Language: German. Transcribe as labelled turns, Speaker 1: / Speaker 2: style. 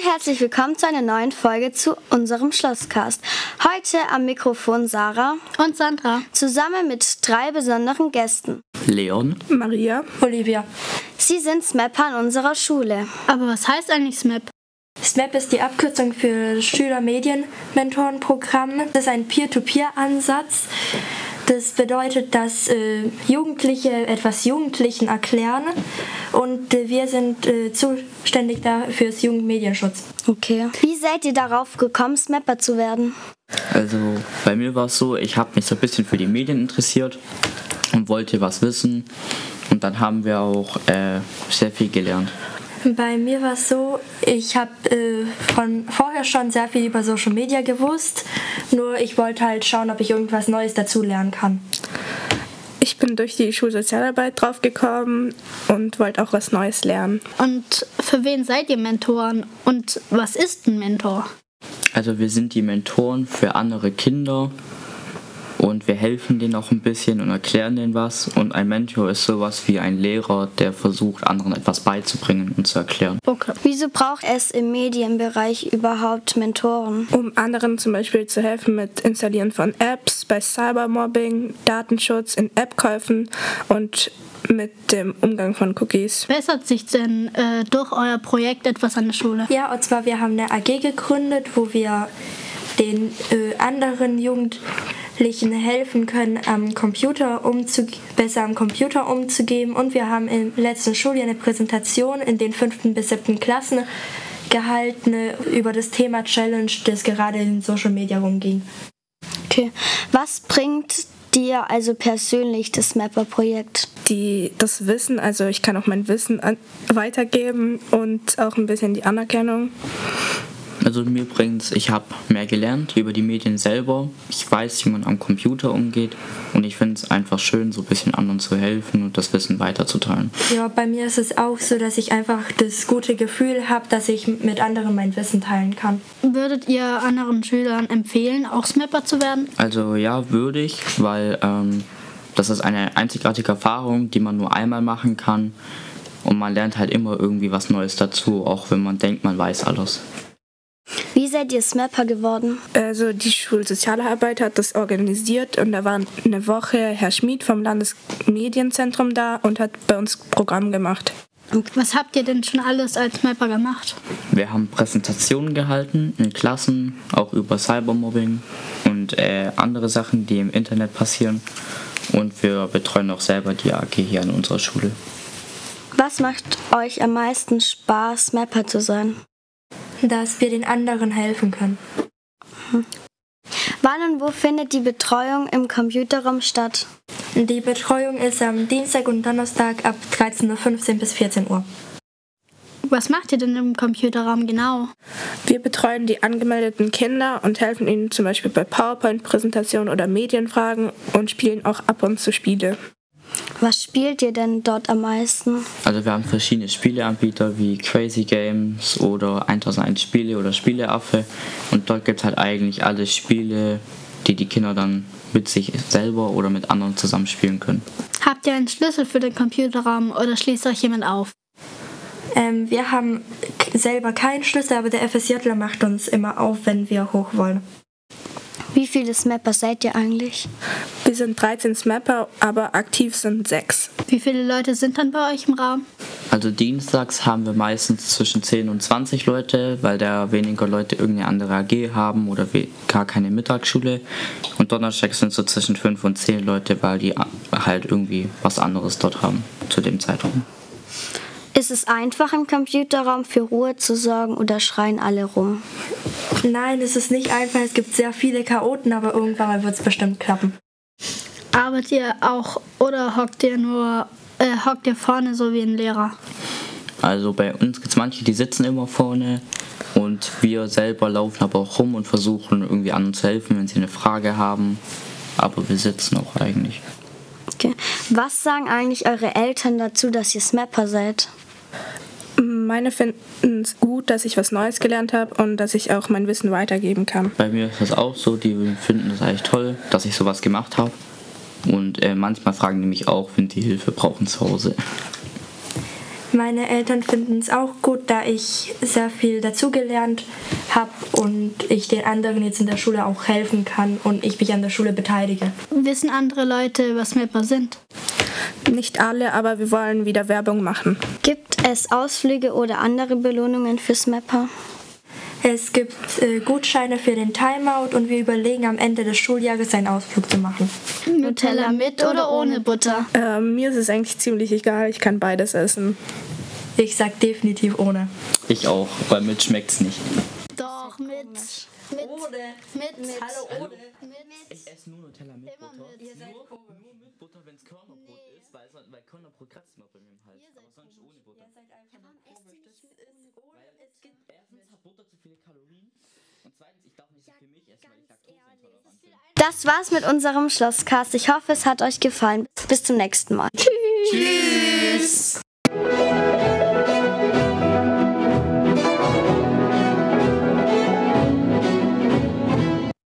Speaker 1: herzlich willkommen zu einer neuen Folge zu unserem Schlosscast. Heute am Mikrofon Sarah
Speaker 2: Und Sandra.
Speaker 1: zusammen mit drei besonderen Gästen.
Speaker 3: Leon,
Speaker 4: Maria,
Speaker 5: Olivia.
Speaker 1: Sie sind Smapper an unserer Schule.
Speaker 2: Aber was heißt eigentlich SMAP?
Speaker 5: SMAP ist die Abkürzung für Schülermedienmentorenprogramm. Das ist ein Peer-to-Peer-Ansatz. Das bedeutet, dass äh, Jugendliche etwas Jugendlichen erklären und äh, wir sind äh, zuständig dafür das Jugendmedienschutz.
Speaker 1: Okay. Wie seid ihr darauf gekommen, Smapper zu werden?
Speaker 3: also bei mir war es so, ich habe mich so ein bisschen für die Medien interessiert und wollte was wissen. Und dann haben wir auch äh, sehr viel gelernt.
Speaker 5: Bei mir war es so, ich habe äh, von vorher schon sehr viel über Social Media gewusst, nur ich wollte halt schauen, ob ich irgendwas Neues dazulernen kann.
Speaker 4: ich bin durch die Schulsozialarbeit draufgekommen und wollte auch was Neues lernen.
Speaker 2: Und für wen seid ihr Mentoren? Und was ist ein Mentor?
Speaker 3: Also wir sind die Mentoren für andere Kinder und wir helfen denen auch ein bisschen und erklären denen was. Und ein Mentor ist sowas wie ein Lehrer, der versucht, anderen etwas beizubringen und zu erklären.
Speaker 2: Okay.
Speaker 1: Wieso braucht es im Medienbereich überhaupt Mentoren?
Speaker 4: Um anderen zum Beispiel zu helfen mit Installieren von Apps, bei Cybermobbing, Datenschutz in App-Käufen und mit dem Umgang von Cookies.
Speaker 2: Bessert sich denn äh, durch euer Projekt etwas an der Schule?
Speaker 5: Ja, und zwar wir haben eine AG gegründet, wo wir den äh, anderen Jugendlichen helfen können, am Computer umzu- besser am Computer umzugehen. Und wir haben im letzten Schuljahr eine Präsentation in den fünften bis siebten Klassen gehalten äh, über das Thema Challenge, das gerade in Social Media rumging.
Speaker 1: Okay. Was bringt dir also persönlich das Smapper-Projekt?
Speaker 4: die, das Wissen, also ich kann auch mein Wissen an, weitergeben und auch ein bisschen die Anerkennung.
Speaker 3: Also mir bringt's, ich habe mehr gelernt über die Medien selber. Ich weiß, wie man am Computer umgeht und ich finde es einfach schön, so ein bisschen anderen zu helfen und das Wissen weiterzuteilen.
Speaker 5: Ja, bei mir ist es auch so, dass ich einfach das gute Gefühl habe, dass ich mit anderen mein Wissen teilen kann.
Speaker 2: Würdet ihr anderen Schülern empfehlen, auch Smapper zu werden?
Speaker 3: Also ja, würdig, weil ähm, das ist eine einzigartige Erfahrung, die man nur einmal machen kann. Und man lernt halt immer irgendwie was Neues dazu, auch wenn man denkt, man weiß alles.
Speaker 1: Wie seid ihr Smapper geworden?
Speaker 4: Also die Schulsozialarbeit hat das organisiert und da war eine Woche Herr Schmid vom Landesmedienzentrum da und hat bei uns Programm gemacht.
Speaker 2: Was habt ihr denn schon alles als Smapper gemacht?
Speaker 3: Wir haben Präsentationen gehalten in Klassen, auch über Cybermobbing und äh, andere Sachen, die im Internet passieren. Und wir betreuen auch selber die AG hier an unserer Schule.
Speaker 1: Was macht euch am meisten Spaß, Smapper zu sein?
Speaker 5: Dass wir den anderen helfen können.
Speaker 1: Wann und wo findet die Betreuung im Computerraum statt?
Speaker 5: Die Betreuung ist am Dienstag und Donnerstag ab 13.15 Uhr bis 14 Uhr.
Speaker 2: Was macht ihr denn im Computerraum genau?
Speaker 4: Wir betreuen die angemeldeten Kinder und helfen ihnen zum Beispiel bei PowerPoint-Präsentationen oder Medienfragen und spielen auch ab und zu Spiele.
Speaker 1: Was spielt ihr denn dort am meisten?
Speaker 3: Also wir haben verschiedene Spieleanbieter wie Crazy Games oder 1001 Spiele oder Spieleaffe und dort gibt es halt eigentlich alle Spiele, die die Kinder dann mit sich selber oder mit anderen zusammen spielen können.
Speaker 2: Habt ihr einen Schlüssel für den Computerraum oder schließt euch jemand auf?
Speaker 5: Ähm, wir haben k- selber keinen Schlüssel, aber der FSJler macht uns immer auf, wenn wir hoch wollen.
Speaker 1: Wie viele Smapper seid ihr eigentlich?
Speaker 4: Wir sind 13 Smapper, aber aktiv sind 6.
Speaker 2: Wie viele Leute sind dann bei euch im Raum?
Speaker 3: Also dienstags haben wir meistens zwischen 10 und 20 Leute, weil da weniger Leute irgendeine andere AG haben oder we- gar keine Mittagsschule. Und donnerstags sind so zwischen 5 und 10 Leute, weil die a- halt irgendwie was anderes dort haben zu dem Zeitraum.
Speaker 1: Ist es einfach im Computerraum für Ruhe zu sorgen oder schreien alle rum?
Speaker 5: Nein, es ist nicht einfach, es gibt sehr viele Chaoten, aber irgendwann wird es bestimmt klappen.
Speaker 2: Arbeitet ihr auch oder hockt ihr nur, äh, hockt ihr vorne so wie ein Lehrer?
Speaker 3: Also bei uns gibt es manche, die sitzen immer vorne und wir selber laufen aber auch rum und versuchen irgendwie anderen zu helfen, wenn sie eine Frage haben. Aber wir sitzen auch eigentlich.
Speaker 1: Okay. Was sagen eigentlich eure Eltern dazu, dass ihr Smapper seid?
Speaker 4: Meine finden es gut, dass ich was Neues gelernt habe und dass ich auch mein Wissen weitergeben kann.
Speaker 3: Bei mir ist das auch so, die finden das eigentlich toll, dass ich sowas gemacht habe. Und äh, manchmal fragen die mich auch, wenn die Hilfe brauchen zu Hause.
Speaker 5: Meine Eltern finden es auch gut, da ich sehr viel dazugelernt habe und ich den anderen jetzt in der Schule auch helfen kann und ich mich an der Schule beteilige.
Speaker 2: Wissen andere Leute, was Mapper sind?
Speaker 4: Nicht alle, aber wir wollen wieder Werbung machen.
Speaker 1: Gibt es Ausflüge oder andere Belohnungen fürs Mapper?
Speaker 5: Es gibt äh, Gutscheine für den Timeout und wir überlegen am Ende des Schuljahres einen Ausflug zu machen.
Speaker 2: Nutella mit oder ohne Butter?
Speaker 4: Ähm, mir ist es eigentlich ziemlich egal, ich kann beides essen.
Speaker 5: Ich sag definitiv ohne.
Speaker 3: Ich auch, weil mit schmeckt's nicht.
Speaker 2: Doch, mit. Mit. Mit. mit. Hallo, ohne. Mit.
Speaker 3: Ich esse nur Nutella mit Butter. nur, nur mit Butter, wenn's Körnerbrot ist, weil, son- weil Körnerbrot kratzt immer bei mir im Hals. Aber sonst ohne Butter. Erstens hat Butter zu viele Kalorien und zweitens, ich darf nicht so viel Milch essen, weil ich laktoseintolerant bin.
Speaker 1: Das war's mit unserem Schlosscast. Ich hoffe, es hat euch gefallen. Bis zum nächsten Mal.